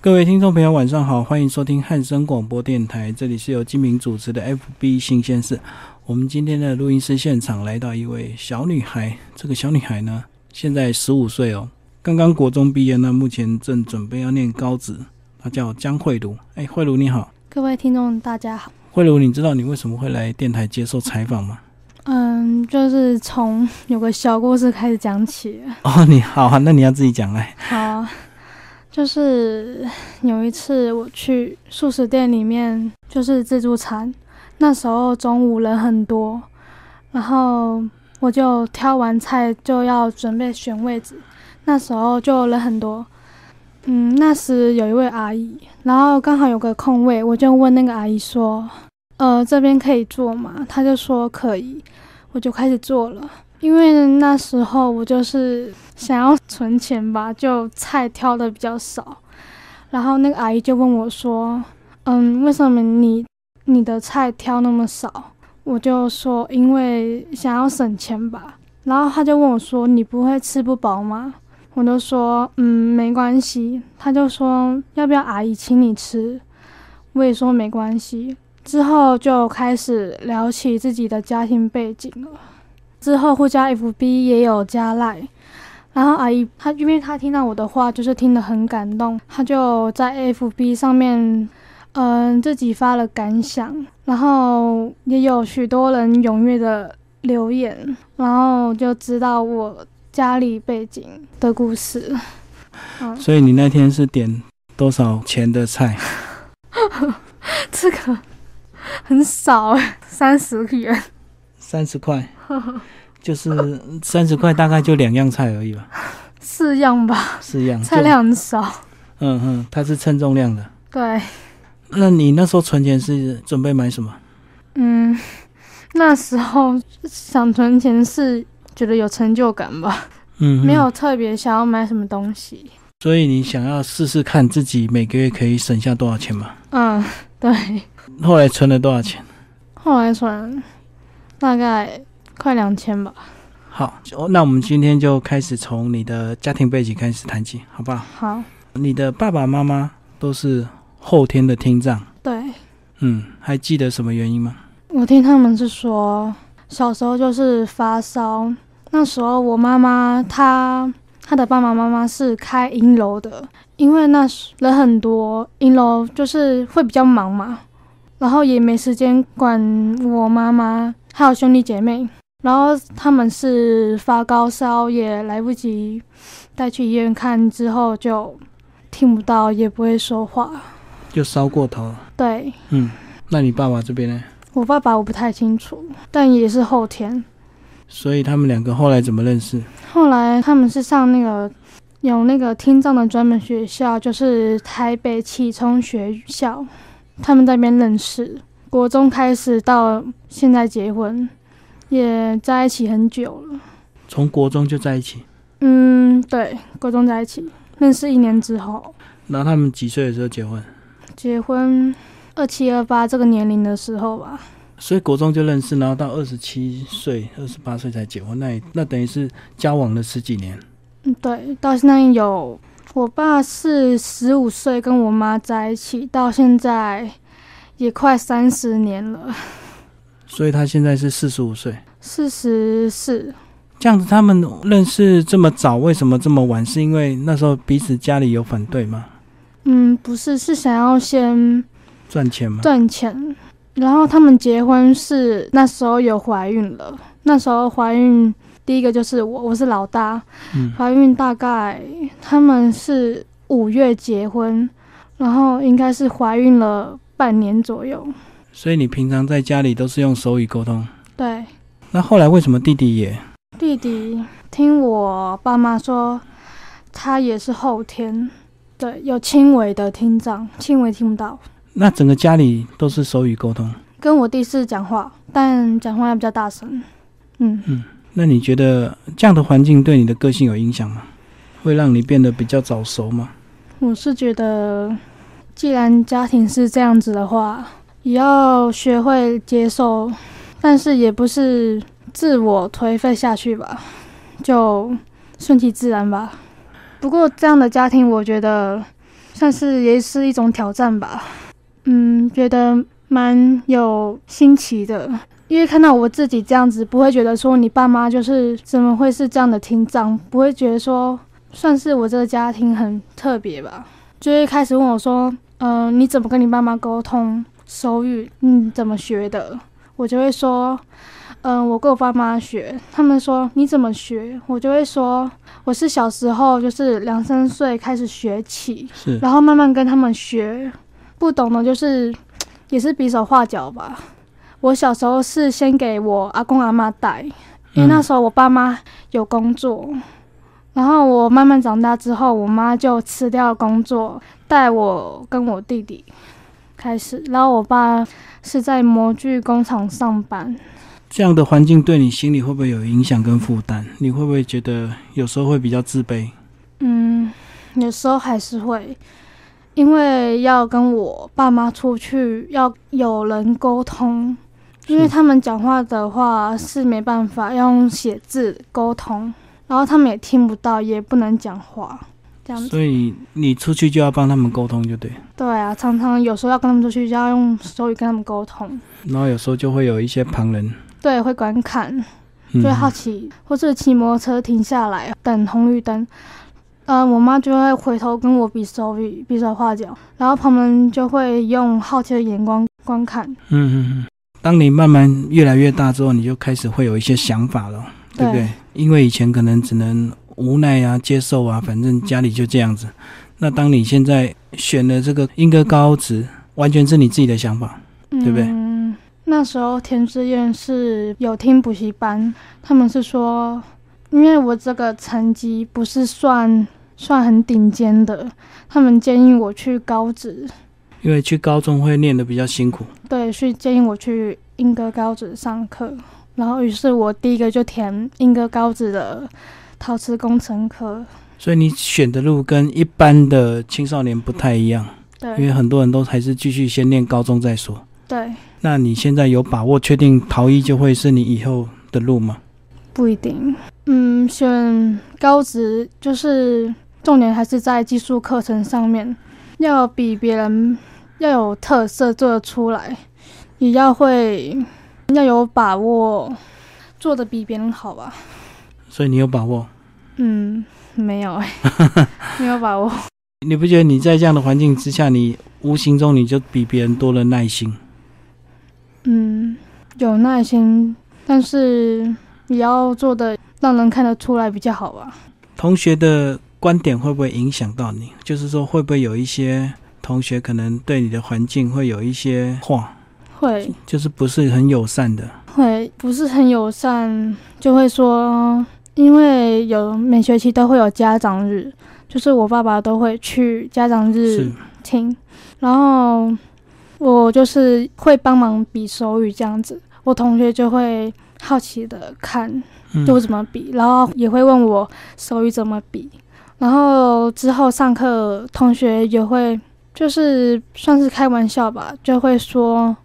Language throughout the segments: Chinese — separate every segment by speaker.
Speaker 1: 各位听众朋友，晚上好，欢迎收听汉声广播电台，这里是由金明主持的 FB 新鲜事。我们今天的录音室现场来到一位小女孩，这个小女孩呢，现在十五岁哦，刚刚国中毕业，那目前正准备要念高职，她叫江慧茹。哎，慧茹你好，
Speaker 2: 各位听众大家好，
Speaker 1: 慧茹，你知道你为什么会来电台接受采访吗？
Speaker 2: 嗯，就是从有个小故事开始讲起。
Speaker 1: 哦，你好啊，那你要自己讲来。
Speaker 2: 好，就是有一次我去素食店里面，就是自助餐，那时候中午人很多，然后我就挑完菜就要准备选位置，那时候就人很多。嗯，那时有一位阿姨，然后刚好有个空位，我就问那个阿姨说：“呃，这边可以坐吗？”她就说可以，我就开始坐了。因为那时候我就是想要存钱吧，就菜挑的比较少。然后那个阿姨就问我说：“嗯，为什么你你的菜挑那么少？”我就说：“因为想要省钱吧。”然后她就问我说：“你不会吃不饱吗？”我就说：“嗯，没关系。”她就说：“要不要阿姨请你吃？”我也说：“没关系。”之后就开始聊起自己的家庭背景了。之后会加 FB 也有加赖，然后阿姨她因为她听到我的话，就是听得很感动，她就在 FB 上面，嗯，自己发了感想，然后也有许多人踊跃的留言，然后就知道我家里背景的故事。嗯，
Speaker 1: 所以你那天是点多少钱的菜？
Speaker 2: 这个很少，三十元。
Speaker 1: 三十块，就是三十块，大概就两样菜而已吧，
Speaker 2: 四样吧，
Speaker 1: 四样。
Speaker 2: 菜量很少。
Speaker 1: 就，嗯嗯，它是称重量的。
Speaker 2: 对，
Speaker 1: 那你那时候存钱是准备买什么？
Speaker 2: 嗯， 那时候想存钱是觉得有成就感吧，
Speaker 1: 嗯，嗯
Speaker 2: 没有。特别想要买什么东西。
Speaker 1: 所以你想要试试看自己每个月可以省下多少钱嘛？
Speaker 2: 嗯，对。
Speaker 1: 后来存了多少钱？
Speaker 2: 后来算大概快两千吧。
Speaker 1: 好，哦那我们今天就开始从你的家庭背景开始谈起，好不好？
Speaker 2: 好，
Speaker 1: 你的爸爸妈妈都是后天的听障，
Speaker 2: 对
Speaker 1: 嗯，还记得什么原因吗？
Speaker 2: 我听他们是说，小时候就是发烧，那时候我妈妈她她的爸爸妈妈是开银楼的，因为那时人很多，银楼就是会比较忙嘛，然后也没时间管我妈妈还有兄弟姐妹，然后他们是发高烧也来不及带去医院看，之后就听不到也不会说话。
Speaker 1: 就烧过头了。
Speaker 2: 对
Speaker 1: 嗯，那你爸爸这边呢？
Speaker 2: 我爸爸我不太清楚，但也是后天。
Speaker 1: 所以他们两个后来怎么认识？
Speaker 2: 后来他们是上那个有那个听障的专门学校，就是台北启聪学校，他们在那边认识，国中开始到现在结婚，也在一起很久了。
Speaker 1: 从国中就在一起。
Speaker 2: 嗯，对，国中在一起，认识一年之后
Speaker 1: 然后他们几岁的时候结婚？
Speaker 2: 结婚，二七二八这个年龄的时候吧。
Speaker 1: 所以国中就认识，然后到二十七岁、二十八岁才结婚，那也那等于是交往了十几年。
Speaker 2: 嗯，对，到现在有我爸是十五岁跟我妈在一起，到现在也快三十年了。
Speaker 1: 所以他现在是四十五岁，
Speaker 2: 四十四，
Speaker 1: 这样子他们认识这么早，为什么这么晚？是因为那时候彼此家里有反对吗？
Speaker 2: 嗯，不是，是想要先
Speaker 1: 赚钱吗？
Speaker 2: 赚钱。然后他们结婚是那时候有怀孕了，那时候怀孕第一个就是我，我是老大，
Speaker 1: 嗯，
Speaker 2: 怀孕大概他们是五月结婚，然后应该是怀孕了半年左右。
Speaker 1: 所以你平常在家里都是用手语沟通。
Speaker 2: 对，
Speaker 1: 那后来为什么弟弟也？
Speaker 2: 弟弟听我爸妈说，他也是后天，对，有轻微的听障，轻微听不到。
Speaker 1: 那整个家里都是手语沟通。
Speaker 2: 跟我弟是讲话，但讲话要比较大声。嗯，
Speaker 1: 那你觉得这样的环境对你的个性有影响吗？会让你变得比较早熟吗？
Speaker 2: 我是觉得，既然家庭是这样子的话，也要学会接受，但是也不是自我颓废下去吧，就顺其自然吧。不过这样的家庭，我觉得算是也是一种挑战吧。嗯，觉得蛮有新奇的，因为看到我自己这样子，不会觉得说你爸妈就是怎么会是这样的听障，不会觉得说算是我这个家庭很特别吧。就会开始问我说，嗯、你怎么跟你爸妈沟通手语？你怎么学的？我就会说，嗯、我跟我爸妈学。他们说你怎么学？我就会说，我是小时候就是两三岁开始学起，
Speaker 1: 是
Speaker 2: 然后慢慢跟他们学。不懂的就是也是比手画脚吧。我小时候是先给我阿公阿妈带，因
Speaker 1: 嗯
Speaker 2: 为那时候我爸妈有工作，然后我慢慢长大之后，我妈就辞掉了工作，带我跟我弟弟开始，然后我爸是在模具工厂上班，
Speaker 1: 这样的环境对你心里会不会有影响跟负担？你会不会觉得有时候会比较自卑？
Speaker 2: 嗯，有时候还是会，因为要跟我爸妈出去，要有人沟通，因为
Speaker 1: 是
Speaker 2: 他们讲话的话是没办法要用写字沟通，然后他们也听不到，也不能讲话，这样子。
Speaker 1: 所以你出去就要帮他们沟通，就对。
Speaker 2: 对啊，常常有时候要跟他们出去，就要用手语跟他们沟通，
Speaker 1: 然后有时候就会有一些旁人，
Speaker 2: 对，会观看。
Speaker 1: 嗯
Speaker 2: 就会好奇，或是骑摩托车停下来等红绿灯，呃，我妈就会回头跟我比手语、比手画脚，然后旁人就会用好奇的眼光观看，
Speaker 1: 嗯嗯嗯。当你慢慢越来越大之后，你就开始会有一些想法了，对不对？因为以前可能只能无奈啊、接受啊，反正家里就这样子。那当你现在选了这个英歌高职，完全是你自己的想法，
Speaker 2: 对
Speaker 1: 对不对
Speaker 2: 嗯，那时候填志愿是有听补习班，他们是说，因为我这个成绩不是算算很顶尖的，他们建议我去高职，
Speaker 1: 因为去高中会念得比较辛苦。
Speaker 2: 对，是建议我去英歌高职上课，然后于是我第一个就填英歌高职的陶瓷工程科，
Speaker 1: 所以你选的路跟一般的青少年不太一样，因
Speaker 2: 对
Speaker 1: 为很多人都还是继续先念高中再说。
Speaker 2: 对，
Speaker 1: 那你现在有把握确定逃逸就会是你以后的路吗？
Speaker 2: 不一定，嗯，选高职就是重点还是在技术课程上面，要比别人要有特色做得出来，也要会要有把握，做的比别人好吧，
Speaker 1: 所以你有把握？
Speaker 2: 嗯，没有哎、 没有把握。
Speaker 1: 你不觉得你在这样的环境之下，你无形中你就比别人多了耐心？
Speaker 2: 嗯，有耐心，但是也要做的让人看得出来比较好吧。
Speaker 1: 同学的观点会不会影响到你？就是说，会不会有一些同学可能对你的环境会有一些话，
Speaker 2: 会
Speaker 1: 就是不是很友善的？
Speaker 2: 会不是很友善，就会说，因为有每学期都会有家长日，就是我爸爸都会去家长日
Speaker 1: 是
Speaker 2: 听，然后我就是会帮忙比手语这样子，我同学就会好奇的看，
Speaker 1: 嗯
Speaker 2: 就怎么比，然后也会问我手语怎么比，然后之后上课同学也会就是算是开玩笑吧，就会说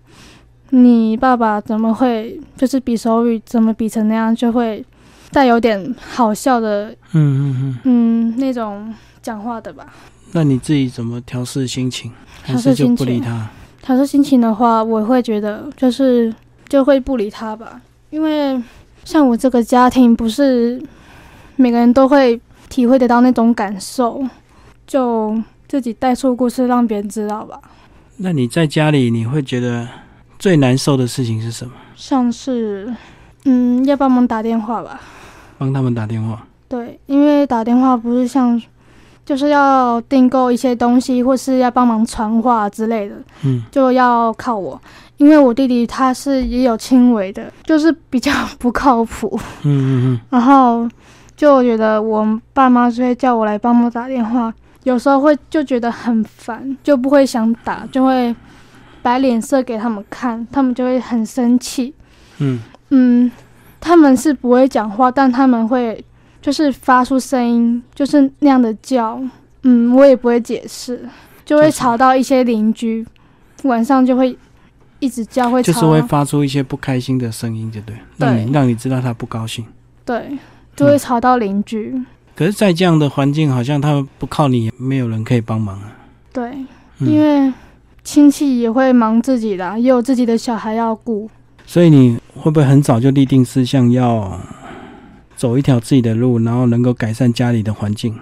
Speaker 2: 你爸爸怎么会就是比手语怎么比成那样，就会带有点好笑的
Speaker 1: 嗯嗯嗯。
Speaker 2: 嗯那种讲话的吧。
Speaker 1: 那你自己怎么调试心情？还
Speaker 2: 调试
Speaker 1: 是就
Speaker 2: 心
Speaker 1: 不理
Speaker 2: 情啊
Speaker 1: 他？
Speaker 2: 调试心情的话，我会觉得就是就会不理他吧，因为像我这个家庭，不是每个人都会体会得到那种感受，就自己带出故事让别人知道吧。
Speaker 1: 那你在家里，你会觉得最难受的事情是什么？
Speaker 2: 像是，嗯，要帮忙打电话吧，
Speaker 1: 帮他们打电话。
Speaker 2: 对，因为打电话不是像就是要订购一些东西，或是要帮忙传话之类的，
Speaker 1: 嗯，
Speaker 2: 就要靠我，因为我弟弟他是也有轻微的，就是比较不靠谱，
Speaker 1: 嗯嗯
Speaker 2: 然后就我觉得我爸妈就会叫我来帮忙打电话，有时候会就觉得很烦，就不会想打，就会摆脸色给他们看，他们就会很生气。
Speaker 1: 嗯
Speaker 2: 嗯，他们是不会讲话，但他们会就是发出声音，就是那样的叫。嗯，我也不会解释，就
Speaker 1: 就
Speaker 2: 会
Speaker 1: 是
Speaker 2: 吵到一些邻居，晚上就会一直叫，会
Speaker 1: 嗯，就
Speaker 2: 吵啊
Speaker 1: 是
Speaker 2: 到
Speaker 1: 会发出一些不开心的声音，就对，让你让你知道他不高兴。
Speaker 2: 对，就
Speaker 1: 嗯
Speaker 2: 会吵到邻居。
Speaker 1: 可是，在这样的环境，好像他们不靠你，也没有人可以帮忙啊。
Speaker 2: 对，
Speaker 1: 嗯
Speaker 2: 因为亲戚也会忙自己的啊、也有自己的小孩要顾。
Speaker 1: 所以你会不会很早就立定思想，要走一条自己的路，然后能够改善家里的环境？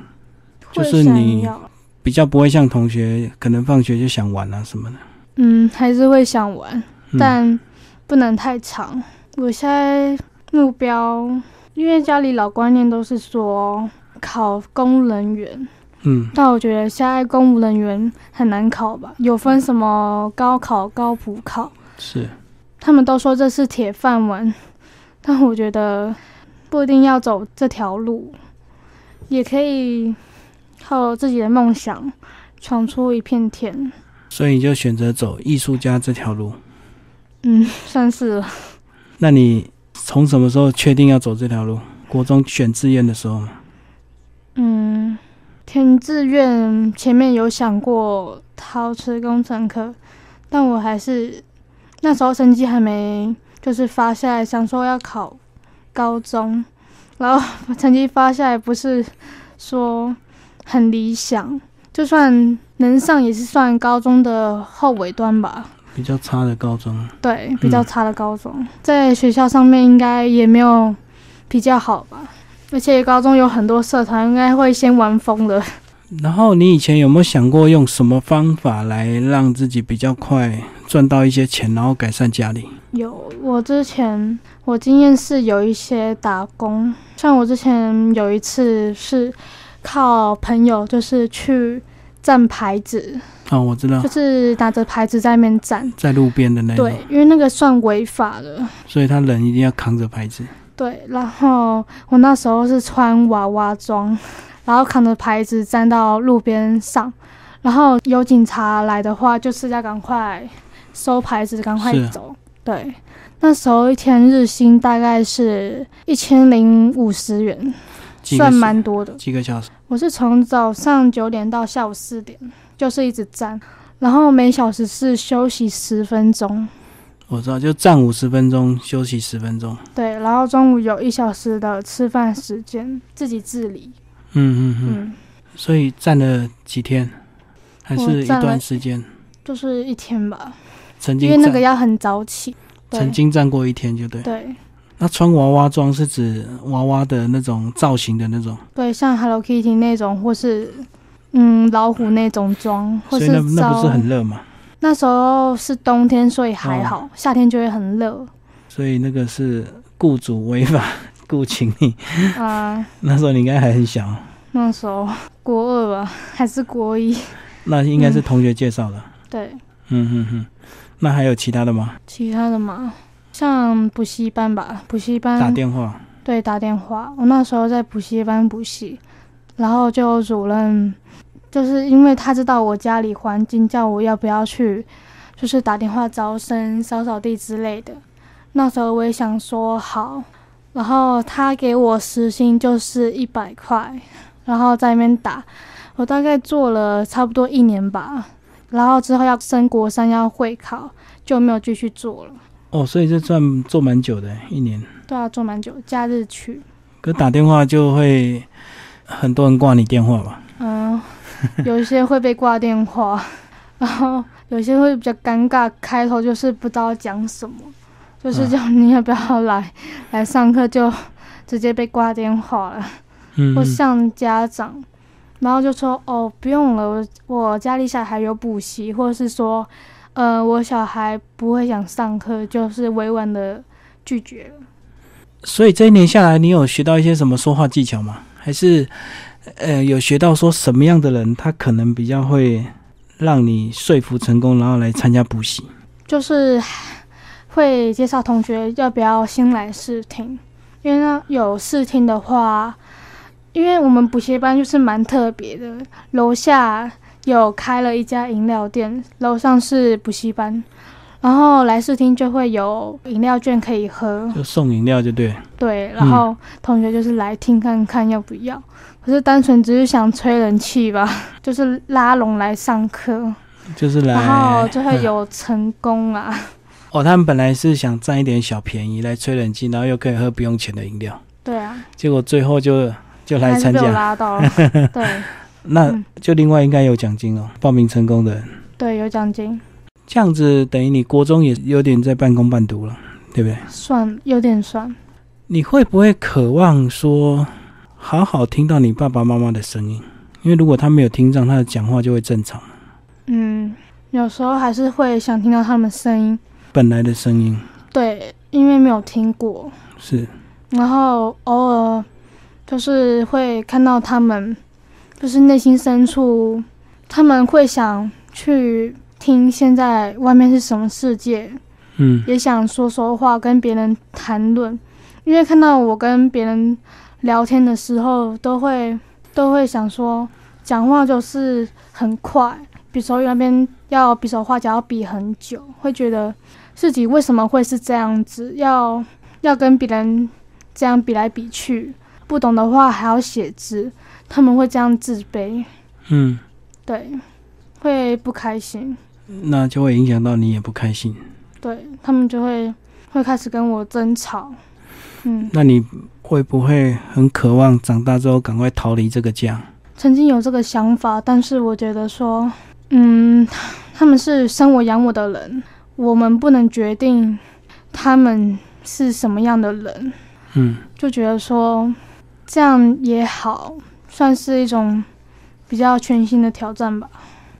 Speaker 1: 就是
Speaker 2: 会想
Speaker 1: 你
Speaker 2: 要
Speaker 1: 比较不会像同学，可能放学就想玩啊什么的。
Speaker 2: 嗯，还是会想玩，
Speaker 1: 嗯、
Speaker 2: 但不能太长。我现在目标，因为家里老观念都是说考公务人员，
Speaker 1: 嗯
Speaker 2: 但我觉得现在公务人员很难考吧，有分什么高考、高普考，
Speaker 1: 是
Speaker 2: 他们都说这是铁饭碗， 但我觉得不一定要走这条路，也可以靠自己的梦想闯出一片天。
Speaker 1: 所以你就选择走艺术家这条路。
Speaker 2: 嗯，算是了
Speaker 1: 那你从什么时候确定要走这条路？国中选志愿的时候吗？
Speaker 2: 嗯，填志愿前面有想过陶瓷工程科，但我还是那时候成绩还没就是发下来，想说要考高中，然后成绩发下来不是说很理想，就算能上也是算高中的后尾端吧，
Speaker 1: 比较差的高中，
Speaker 2: 对，比较差的高中，在学校上面应该也没有比较好吧。而且高中有很多社团，应该会先玩疯了。
Speaker 1: 然后你以前有没有想过用什么方法来让自己比较快赚到一些钱，然后改善家里？
Speaker 2: 有，我之前我经验是有一些打工，像我之前有一次是靠朋友，就是去站牌子，
Speaker 1: 哦，我知道
Speaker 2: 就，是拿着牌子在那边站。
Speaker 1: 在路边的那种
Speaker 2: 对，，因为那个算违法的。
Speaker 1: 所以他人一定要扛着牌子。
Speaker 2: 对，然后我那时候是穿娃娃装， 然后扛着牌子站到路边上，然后有警察来的话，就是要赶快收牌子，赶快
Speaker 1: 是
Speaker 2: 走。对，那时候一天日薪大概是一千零五十元，
Speaker 1: 几个
Speaker 2: 算
Speaker 1: 小
Speaker 2: 蛮多的。
Speaker 1: 几个小时，
Speaker 2: 我是从早上九点到下午四点，就是一直站，然后每小时是休息十分钟。
Speaker 1: 我知道，就站五十分钟，休息十分钟。
Speaker 2: 对，然后中午有一小时的吃饭时间，自己自理。
Speaker 1: 嗯嗯嗯。
Speaker 2: 嗯，
Speaker 1: 所以站了几天，还是
Speaker 2: 我
Speaker 1: 一
Speaker 2: 站了
Speaker 1: 段时间？
Speaker 2: 就是一天吧，
Speaker 1: 曾
Speaker 2: 因
Speaker 1: 经
Speaker 2: 为那
Speaker 1: 站
Speaker 2: 个要很早起。对
Speaker 1: 曾经站过一天，就对。
Speaker 2: 对
Speaker 1: 那穿娃娃装是指娃娃的那种造型的那种，
Speaker 2: 对，像 Hello Kitty 那种，或是嗯老虎那种装，或
Speaker 1: 所
Speaker 2: 是
Speaker 1: 以那那不
Speaker 2: 招
Speaker 1: 是很热嘛？
Speaker 2: 那时候是冬天，所以还好，
Speaker 1: 哦
Speaker 2: 夏天就会很热。
Speaker 1: 所以那个是雇主违法 雇请你，
Speaker 2: 啊、
Speaker 1: 那时候你应该还很小，
Speaker 2: 那时候国二吧，还是国一？
Speaker 1: 那应该是同学介绍的。
Speaker 2: 对，
Speaker 1: 嗯嗯嗯。那还有其他的吗？
Speaker 2: 其他的嘛，像补习班吧，补习班
Speaker 1: 打电话，
Speaker 2: 对，打电话。我那时候在补习班补习，然后就主任就是因为他知道我家里环境，叫我要不要去，就是打电话招生、扫扫地之类的。那时候我也想说好，然后他给我时薪就是一百块，然后在那边打，我大概做了差不多一年吧。然后之后要升国三要会考，就没有继续做了。
Speaker 1: 哦，所以这算做蛮久的，一年。
Speaker 2: 对啊，做蛮久，假日去。
Speaker 1: 可打电话就会很多人挂你电话吧？
Speaker 2: 嗯，有一些会被挂电话， 然后有些会比较尴尬，开头就是不知道讲什么，就是
Speaker 1: 嗯
Speaker 2: 叫你要不要来、来上课，就直接被挂电话了，
Speaker 1: 嗯
Speaker 2: 或像家长，然后就说哦不用了，我我家里小孩有补习，或者是说，呃我小孩不会想上课，就是委婉的拒绝了。
Speaker 1: 所以这一年下来，你有学到一些什么说话技巧吗？还是呃，有学到说什么样的人他可能比较会让你说服成功，然后来参加补习？
Speaker 2: 就是会介绍同学要不要先来试听，因为呢有试听的话，因为我们补习班就是蛮特别的，楼下有开了一家饮料店，楼上是补习班，然后来试听就会有饮料券可以喝，
Speaker 1: 就送饮料就对了。
Speaker 2: 对，然后同学就是来听看看要不要，可是单纯只是想吹人气吧， 就是拉拢来上课，
Speaker 1: 就是来，
Speaker 2: 然后就会
Speaker 1: 嗯
Speaker 2: 有成功啊。
Speaker 1: 哦，他们本来是想占一点小便宜来吹冷气，然后又可以喝不用钱的饮料，
Speaker 2: 对啊，
Speaker 1: 结果最后就就来
Speaker 2: 还是
Speaker 1: 参
Speaker 2: 被我
Speaker 1: 加。
Speaker 2: 拉到了。对，
Speaker 1: 那
Speaker 2: 嗯
Speaker 1: 就另外应该有奖金哦，报名成功的人。
Speaker 2: 对，有奖金，
Speaker 1: 这样子等于你国中也有点在半工半读了，对不对？
Speaker 2: 算有点算。
Speaker 1: 你会不会渴望说，好好听到你爸爸妈妈的声音？因为如果他没有听障，他的讲话就会正常，
Speaker 2: 嗯，有时候还是会想听到他们声音，
Speaker 1: 本来的声音
Speaker 2: 对，因为没有听过，
Speaker 1: 是
Speaker 2: 然后偶尔就是会看到他们，就是内心深处他们会想去听现在外面是什么世界，
Speaker 1: 嗯
Speaker 2: 也想说说话跟别人谈论，因为看到我跟别人聊天的时候，都会都会想说讲话就是很快，比手语那边要比手画脚要比很久，会觉得自己为什么会是这样子，要要跟别人这样比来比去，不懂的话还要写字，他们会这样自卑，
Speaker 1: 嗯，
Speaker 2: 对，会不开心。
Speaker 1: 那就会影响到你也不开心。
Speaker 2: 对他们就会会开始跟我争吵。嗯，
Speaker 1: 那你会不会很渴望长大之后赶快逃离这个家？
Speaker 2: 曾经有这个想法，但是我觉得说，嗯，他们是生我养我的人，我们不能决定他们是什么样的人，
Speaker 1: 嗯，
Speaker 2: 就觉得说这样也好，算是一种比较全新的挑战吧。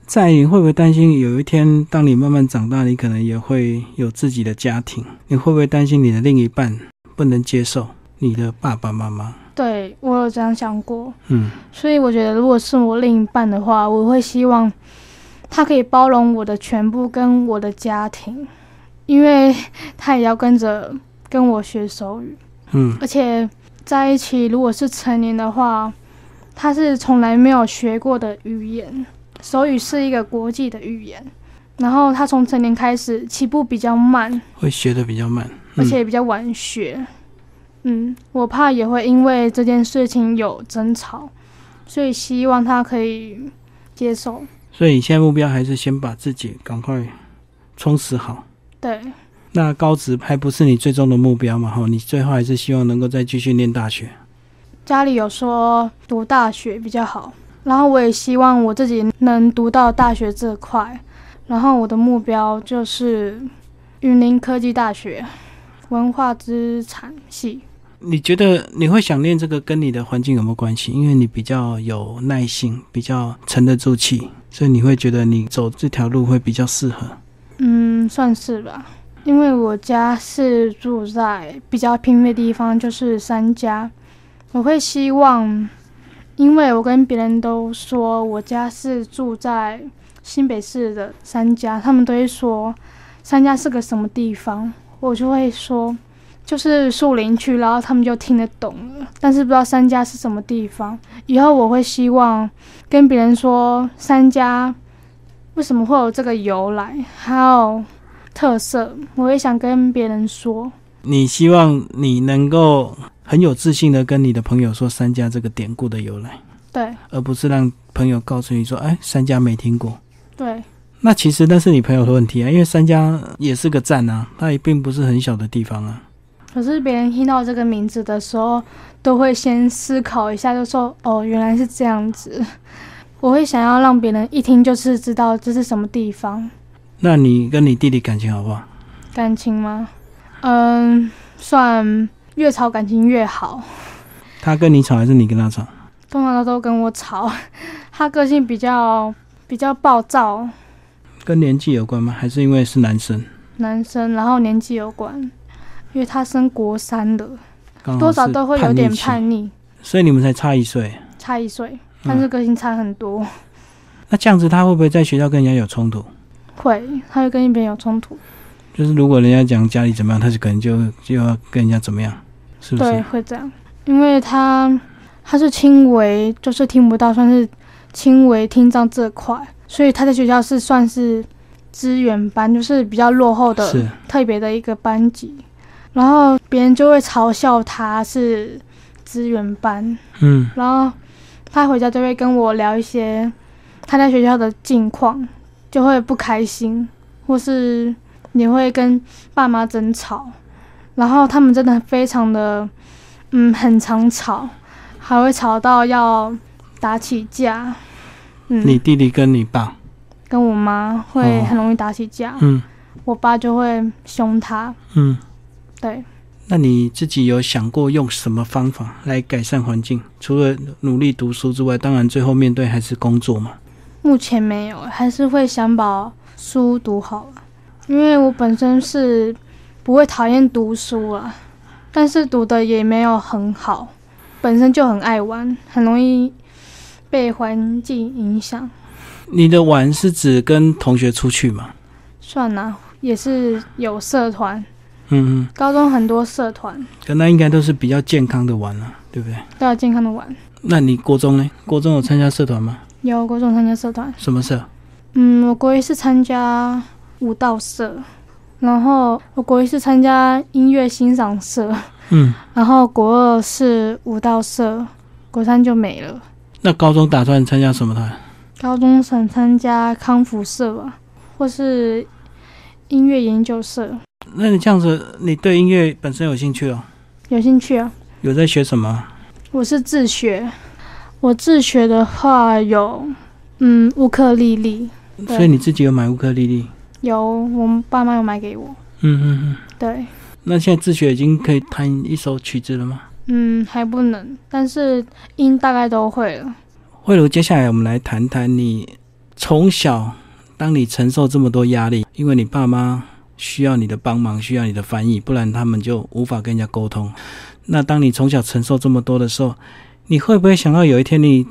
Speaker 1: 在你会不会担心有一天，当你慢慢长大，你可能也会有自己的家庭？你会不会担心你的另一半不能接受你的爸爸妈妈？
Speaker 2: 对我有这样想过，
Speaker 1: 嗯
Speaker 2: 所以我觉得，如果是我另一半的话，我会希望他可以包容我的全部跟我的家庭，因为他也要跟着跟我学手语，
Speaker 1: 嗯
Speaker 2: 而且在一起如果是成年的话，他是从来没有学过的语言，手语是一个国际的语言，然后他从成年开始起步比较慢，
Speaker 1: 会学的比较慢，嗯
Speaker 2: 而且也比较晚学。嗯，我怕也会因为这件事情有争吵，所以希望他可以接受。
Speaker 1: 所以你现在目标还是先把自己赶快充实好。
Speaker 2: 对
Speaker 1: 那高职还不是你最终的目标嘛？哈，你最后还是希望能够再继续念大学。
Speaker 2: 家里有说读大学比较好，然后我也希望我自己能读到大学这块。然后我的目标就是云林科技大学文化资产系。
Speaker 1: 你觉得你会想念这个跟你的环境有没有关系？因为你比较有耐心，比较沉得住气，所以你会觉得你走这条路会比较适合。
Speaker 2: 嗯，算是吧，因为我家是住在比较偏僻的地方，就是三家。我会希望，因为我跟别人都说我家是住在新北市的三家，他们都会说三家是个什么地方，我就会说就是树林区，然后他们就听得懂了，但是不知道三家是什么地方。以后我会希望跟别人说三家为什么会有这个由来，还有特色，我也想跟别人说。
Speaker 1: 你希望你能够很有自信的跟你的朋友说三家这个典故的由来，
Speaker 2: 对
Speaker 1: 而不是让朋友告诉你说，哎，三家没听过。
Speaker 2: 对
Speaker 1: 那其实那是你朋友的问题啊，因为三家也是个站啊，它也并不是很小的地方啊。
Speaker 2: 可是别人听到这个名字的时候，都会先思考一下，就说：“哦，原来是这样子。” 我会想要让别人一听就是知道这是什么地方，
Speaker 1: 那你跟你弟弟感情好不好？
Speaker 2: 感情吗？嗯，算越吵感情越好。
Speaker 1: 他跟你吵还是你跟他吵？
Speaker 2: 通常他都跟我吵， 他个性比较比较暴躁，
Speaker 1: 跟年纪有关吗？还是因为是男生？
Speaker 2: 男生，然后年纪有关，因为他升国三了。
Speaker 1: 刚好
Speaker 2: 多少
Speaker 1: 哦是
Speaker 2: 都会有点
Speaker 1: 逆期，
Speaker 2: 叛逆，
Speaker 1: 所以你们才差一岁。
Speaker 2: 差一岁，
Speaker 1: 嗯
Speaker 2: 但是个性差很多，
Speaker 1: 那这样子他会不会在学校跟人家有冲突？
Speaker 2: 会，他会跟别人有冲突，
Speaker 1: 就是如果人家讲家里怎么样，他就可能就就要跟人家怎么样，是不
Speaker 2: 对，
Speaker 1: 是？
Speaker 2: 会这样，因为他他是轻微，就是听不到，算是轻微听障这块，所以他在学校是算是资源班，就是比较落后的
Speaker 1: 是
Speaker 2: 特别的一个班级，然后别人就会嘲笑他是资源班，
Speaker 1: 嗯，
Speaker 2: 然后他回家就会跟我聊一些他在学校的近况，就会不开心，或是也会跟爸妈争吵。然后他们真的非常的，嗯，很常吵，还会吵到要打起架。
Speaker 1: 你
Speaker 2: 嗯，
Speaker 1: 弟弟跟你爸，
Speaker 2: 跟我妈会
Speaker 1: 哦
Speaker 2: 很容易打起架，
Speaker 1: 嗯
Speaker 2: 我爸就会凶他。
Speaker 1: 嗯，
Speaker 2: 对，
Speaker 1: 那你自己有想过用什么方法来改善环境？除了努力读书之外，当然最后面对还是工作嘛。
Speaker 2: 目前没有，还是会想把书读好啊，因为我本身是不会讨厌读书啊，但是读的也没有很好，本身就很爱玩，很容易被环境影响。
Speaker 1: 你的玩是指跟同学出去嘛？
Speaker 2: 算啦、也是有社团，
Speaker 1: 嗯，嗯
Speaker 2: 高中很多社团
Speaker 1: 可那应该都是比较健康的玩了、对不对？
Speaker 2: 都要健康的玩。
Speaker 1: 那你国中呢？国中有参加社团吗？
Speaker 2: 有国中参加社团，
Speaker 1: 什么社？
Speaker 2: 嗯，我国一是参加舞蹈社，然后我国一是参加音乐欣赏社。
Speaker 1: 嗯，
Speaker 2: 然后国二是舞蹈社，国三就没了。
Speaker 1: 那高中打算参加什么团？
Speaker 2: 高中想参加康复社吧，或是音乐研究社，
Speaker 1: 那你这样子，你对音乐本身有兴趣哦？
Speaker 2: 有兴趣啊？
Speaker 1: 有在学什么？
Speaker 2: 我是自学，我自学的话有，嗯，乌克丽丽，对
Speaker 1: 所以你自己有买乌克丽丽？
Speaker 2: 有我们爸妈有买给我，
Speaker 1: 嗯嗯嗯。
Speaker 2: 对，
Speaker 1: 那现在自学已经可以弹一首曲子了吗？
Speaker 2: 嗯，还不能，但是音大概都会了。
Speaker 1: 慧茹，接下来我们来谈谈你从小，当你承受这么多压力，因为你爸妈需要你的帮忙，需要你的翻译，不然他们就无法跟人家沟通。那当你从小承受这么多的时候，你会不会想到有一天你，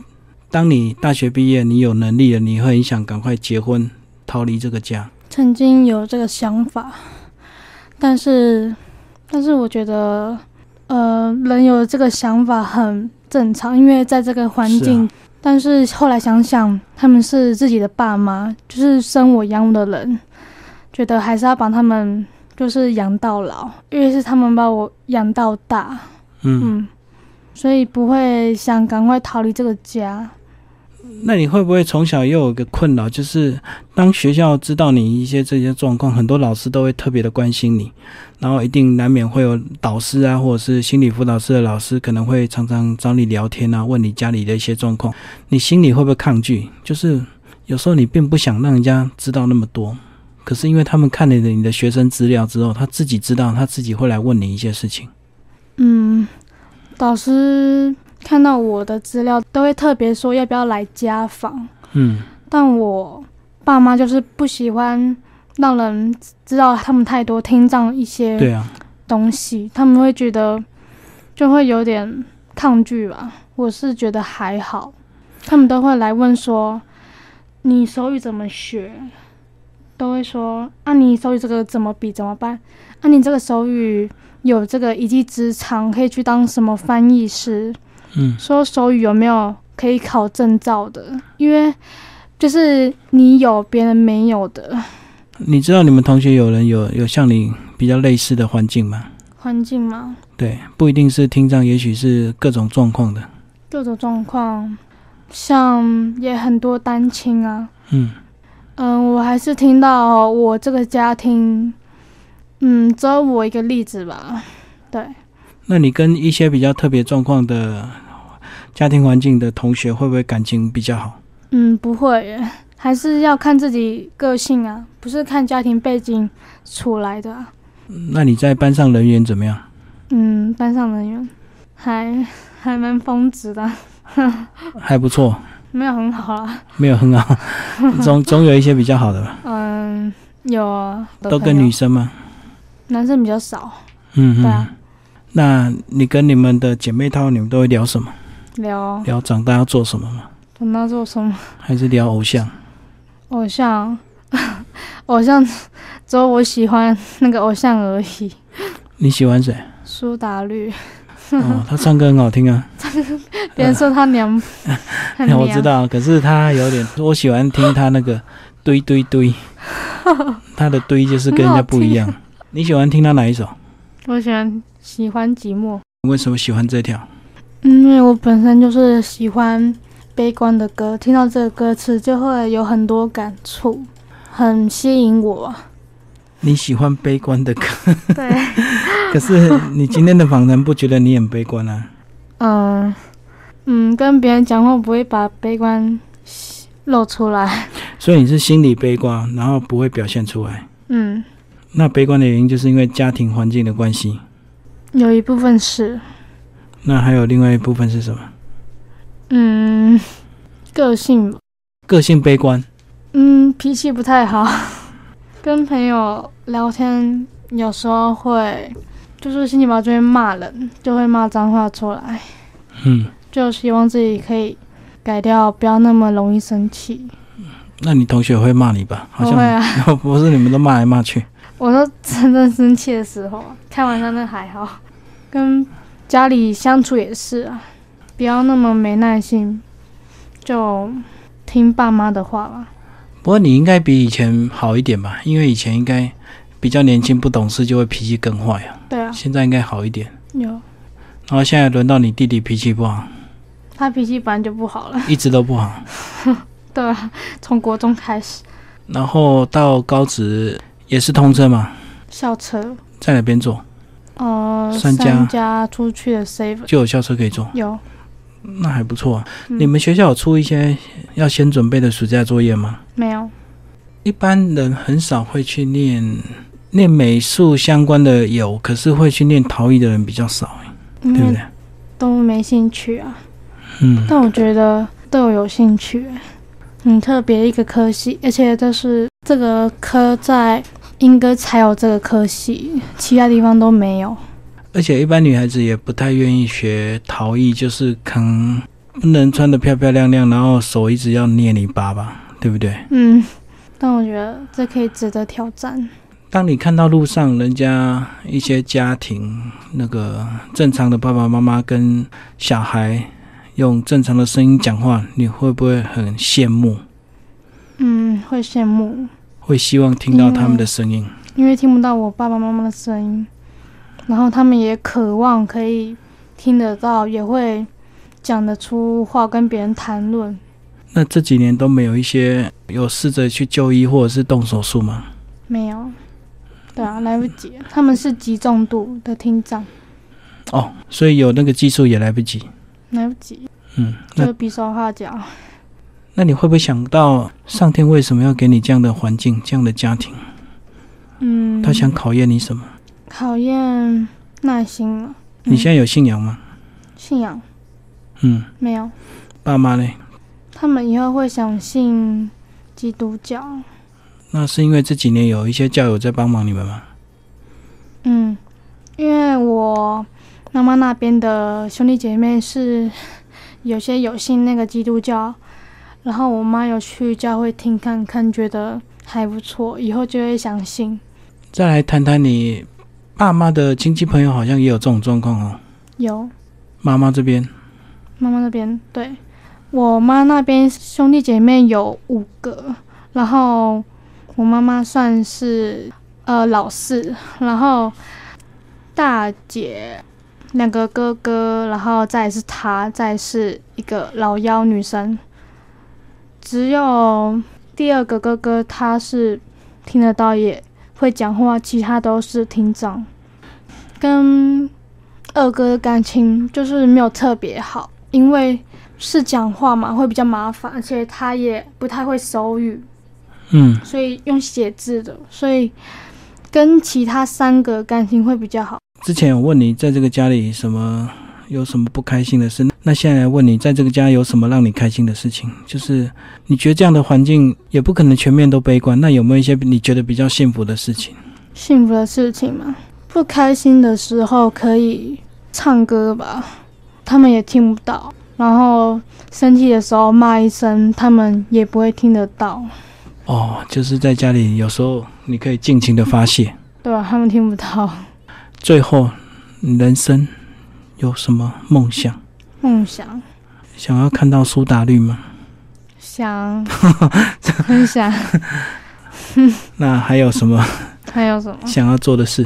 Speaker 1: 当你大学毕业，你有能力了，你会很想赶快结婚，逃离这个家？
Speaker 2: 曾经有这个想法，但是，但是我觉得，呃，人有这个想法很正常，因为在这个环境。
Speaker 1: 是啊
Speaker 2: 但是后来想想，他们是自己的爸妈，就是生我养我的人，觉得还是要把他们就是养到老，因为是他们把我养到大，
Speaker 1: 嗯，
Speaker 2: 嗯，所以不会想赶快逃离这个家。
Speaker 1: 那你会不会从小又有一个困扰，就是当学校知道你一些这些状况，很多老师都会特别的关心你，然后一定难免会有导师啊，或者是心理辅导室的老师，可能会常常找你聊天啊，问你家里的一些状况，你心里会不会抗拒？就是有时候你并不想让人家知道那么多，可是因为他们看了你的学生资料之后，他自己知道，他自己会来问你一些事情。
Speaker 2: 嗯，导师看到我的资料都会特别说要不要来家访，
Speaker 1: 嗯
Speaker 2: 但我爸妈就是不喜欢让人知道他们太多听障一些
Speaker 1: 对啊，
Speaker 2: 东西，他们会觉得就会有点抗拒吧。我是觉得还好，他们都会来问说你手语怎么学，都会说啊你手语这个怎么比怎么办？啊你这个手语有这个一技之长，可以去当什么翻译师？
Speaker 1: 嗯
Speaker 2: 说手语有没有可以考证照的？因为就是你有别人没有的
Speaker 1: 你知道你们同学有人有有像你比较类似的环境吗？
Speaker 2: 环境嘛，
Speaker 1: 对，不一定是听障，也许是各种状况的。
Speaker 2: 各种状况，像也很多单亲啊。
Speaker 1: 嗯，
Speaker 2: 嗯，我还是听到哦我这个家庭，嗯，只有我一个例子吧。对，
Speaker 1: 那你跟一些比较特别状况的家庭环境的同学，会不会感情比较好？
Speaker 2: 嗯，不会耶，还是要看自己个性啊，不是看家庭背景出来的啊、
Speaker 1: 那你在班上人缘怎么样？
Speaker 2: 嗯，班上人员还还蛮峰值的，
Speaker 1: 还不错，
Speaker 2: 没有很好啊啦。
Speaker 1: 没有很好， 总总有一些比较好的吧。
Speaker 2: 嗯，有啊，
Speaker 1: 都跟
Speaker 2: 朋友
Speaker 1: 女生吗？
Speaker 2: 男生比较少
Speaker 1: 嗯
Speaker 2: 对
Speaker 1: 嗯
Speaker 2: 啊。
Speaker 1: 那你跟你们的姐妹套，你们都会聊什么？
Speaker 2: 聊，
Speaker 1: 聊长大要做什么吗？
Speaker 2: 等到做什么
Speaker 1: 还是聊偶像？
Speaker 2: 偶像，偶像只有我喜欢那个偶像而已。
Speaker 1: 你喜 欢谁？
Speaker 2: 苏打绿，
Speaker 1: 哦，他唱歌很好听啊。
Speaker 2: 别人说他娘，很
Speaker 1: 那
Speaker 2: 娘
Speaker 1: 哎我知，道，可是他有点，我喜欢听他那个堆堆堆，他的堆就是跟人家不一样。 你喜欢听他哪一首？
Speaker 2: 我喜欢喜欢寂寞，
Speaker 1: 你为什么喜欢这条？
Speaker 2: 因为我本身就是喜欢悲观的歌，听到这个歌词就会有很多感触，很吸引我。
Speaker 1: 你喜欢悲观的歌，
Speaker 2: 对，
Speaker 1: 可是你今天的访谈不觉得你很悲观啊？
Speaker 2: 嗯嗯，跟别人讲话不会把悲观露出来。
Speaker 1: 所以你是心理悲观，然后不会表现出来。
Speaker 2: 嗯，
Speaker 1: 那悲观的原因就是因为家庭环境的关系。
Speaker 2: 有一部分是，
Speaker 1: 那还有另外一部分是什么？
Speaker 2: 嗯，个性吧，
Speaker 1: 个性悲观。
Speaker 2: 嗯，脾气不太好， 跟朋友聊天有时候会，就是心情不好就会骂人，就会骂脏话出来，
Speaker 1: 嗯，
Speaker 2: 就希望自己可以改掉，不要那么容易生气。
Speaker 1: 那你同学会骂你吧？好
Speaker 2: 不会
Speaker 1: 像、
Speaker 2: 啊，
Speaker 1: 不是你们都骂来骂去。
Speaker 2: 我说真正生气的时候，开玩笑那还好，跟家里相处也是啊，不要那么没耐心，就听爸妈的话吧。
Speaker 1: 不过你应该比以前好一点吧，因为以前应该比较年轻不懂事，就会脾气更坏啊。
Speaker 2: 对啊，
Speaker 1: 现在应该好一点。
Speaker 2: 有
Speaker 1: 然后现在轮到你弟弟脾气不好，
Speaker 2: 他脾气本来就不好了，
Speaker 1: 一直都不好。
Speaker 2: 对啊，从国中开始
Speaker 1: 然后到高职也是通车嘛，
Speaker 2: 校车，
Speaker 1: 在哪边坐
Speaker 2: 呃，
Speaker 1: 三家
Speaker 2: 出去的 seven
Speaker 1: 就有校车可以坐，
Speaker 2: 有，
Speaker 1: 那还不错、啊。
Speaker 2: 嗯
Speaker 1: 你们学校有出一些要先准备的暑假作业吗？
Speaker 2: 没有？
Speaker 1: 一般人很少会去念念美术相关的有，可是会去念陶艺的人比较少，
Speaker 2: 因
Speaker 1: 对不
Speaker 2: 为
Speaker 1: 对？
Speaker 2: 都没兴趣啊。
Speaker 1: 嗯，
Speaker 2: 但我觉得对我有兴趣，很特别一个科系，而且这是这个科在英歌才有这个科系，其他地方都没有。
Speaker 1: 而且一般女孩子也不太愿意学陶艺，就是可能不能穿得漂漂亮亮，然后手一直要捏泥巴吧，对不对？
Speaker 2: 嗯，但我觉得这可以值得挑战。
Speaker 1: 当你看到路上人家一些家庭，那个正常的爸爸妈妈跟小孩用正常的声音讲话，你会不会很羡慕？
Speaker 2: 嗯，会羡慕，
Speaker 1: 会希望听到他们的声音？
Speaker 2: 因为听不到我爸爸妈妈的声音，然后他们也渴望可以听得到，也会讲得出话跟别人谈论。
Speaker 1: 那这几年都没有一些有试着去就医或者是动手术吗？
Speaker 2: 没有，对啊，来不及。他们是极重度的听障，
Speaker 1: 哦，所以有那个技术也来不及。
Speaker 2: 来不及。
Speaker 1: 嗯，那
Speaker 2: 就比手画脚。
Speaker 1: 那你会不会想到上天为什么要给你这样的环境、这样的家庭？
Speaker 2: 嗯，
Speaker 1: 他想考验你什么？
Speaker 2: 考验耐心了。嗯
Speaker 1: 你现在有信仰吗？
Speaker 2: 信仰
Speaker 1: 嗯，
Speaker 2: 没有？
Speaker 1: 爸妈呢？
Speaker 2: 他们以后会想信基督教。
Speaker 1: 那是因为这几年有一些教友在帮忙你们吗？
Speaker 2: 嗯，因为我妈妈那边的兄弟姐妹是有些有信那个基督教，然后我妈有去教会听看看，觉得还不错，以后就会想信。
Speaker 1: 再来谈谈你爸妈的亲戚朋友，好像也有这种状况哦。
Speaker 2: 有
Speaker 1: 妈妈这边，
Speaker 2: 妈妈那边，对我妈那边兄弟姐妹有五个，然后我妈妈算是呃老四，然后大姐两个哥哥，然后再是她，再是一个老幺女生，只有第二个哥哥他是听得到也会讲话，其他都是听障，跟二哥的感情就是没有特别好，因为是讲话嘛，会比较麻烦，而且他也不太会手语，
Speaker 1: 嗯，
Speaker 2: 所以用写字的，所以跟其他三个感情会比较好。
Speaker 1: 之前有问你在这个家里什么有什么不开心的事，那现在来问你在这个家有什么让你开心的事情？就是你觉得这样的环境也不可能全面都悲观，那有没有一些你觉得比较幸福的事情？
Speaker 2: 幸福的事情嘛，不开心的时候可以唱歌吧，他们也听不到。然后生气的时候骂一声，他们也不会听得到，
Speaker 1: 哦，就是在家里有时候你可以尽情的发泄。
Speaker 2: 对吧、他们听不到。
Speaker 1: 最后，你人生有什么梦想？
Speaker 2: 梦想，
Speaker 1: 想要看到苏打绿吗？
Speaker 2: 想， 很想，
Speaker 1: 那还有什么
Speaker 2: 还有什么？
Speaker 1: 想要做的事？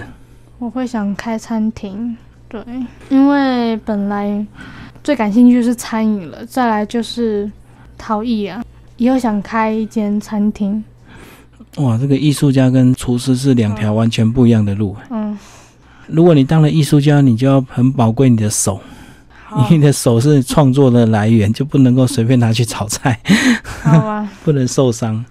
Speaker 2: 我会想开餐厅，对，因为本来最感兴趣是餐饮了，再来就是陶艺啊，以后想开一间餐厅，
Speaker 1: 哇，这个艺术家跟厨师是两条完全不一样的路。
Speaker 2: 嗯，
Speaker 1: 如果你当了艺术家，你就要很宝贵你的手，
Speaker 2: 好
Speaker 1: 你的手是创作的来源，就不能够随便拿去炒菜，
Speaker 2: 好吧，
Speaker 1: 不能受伤。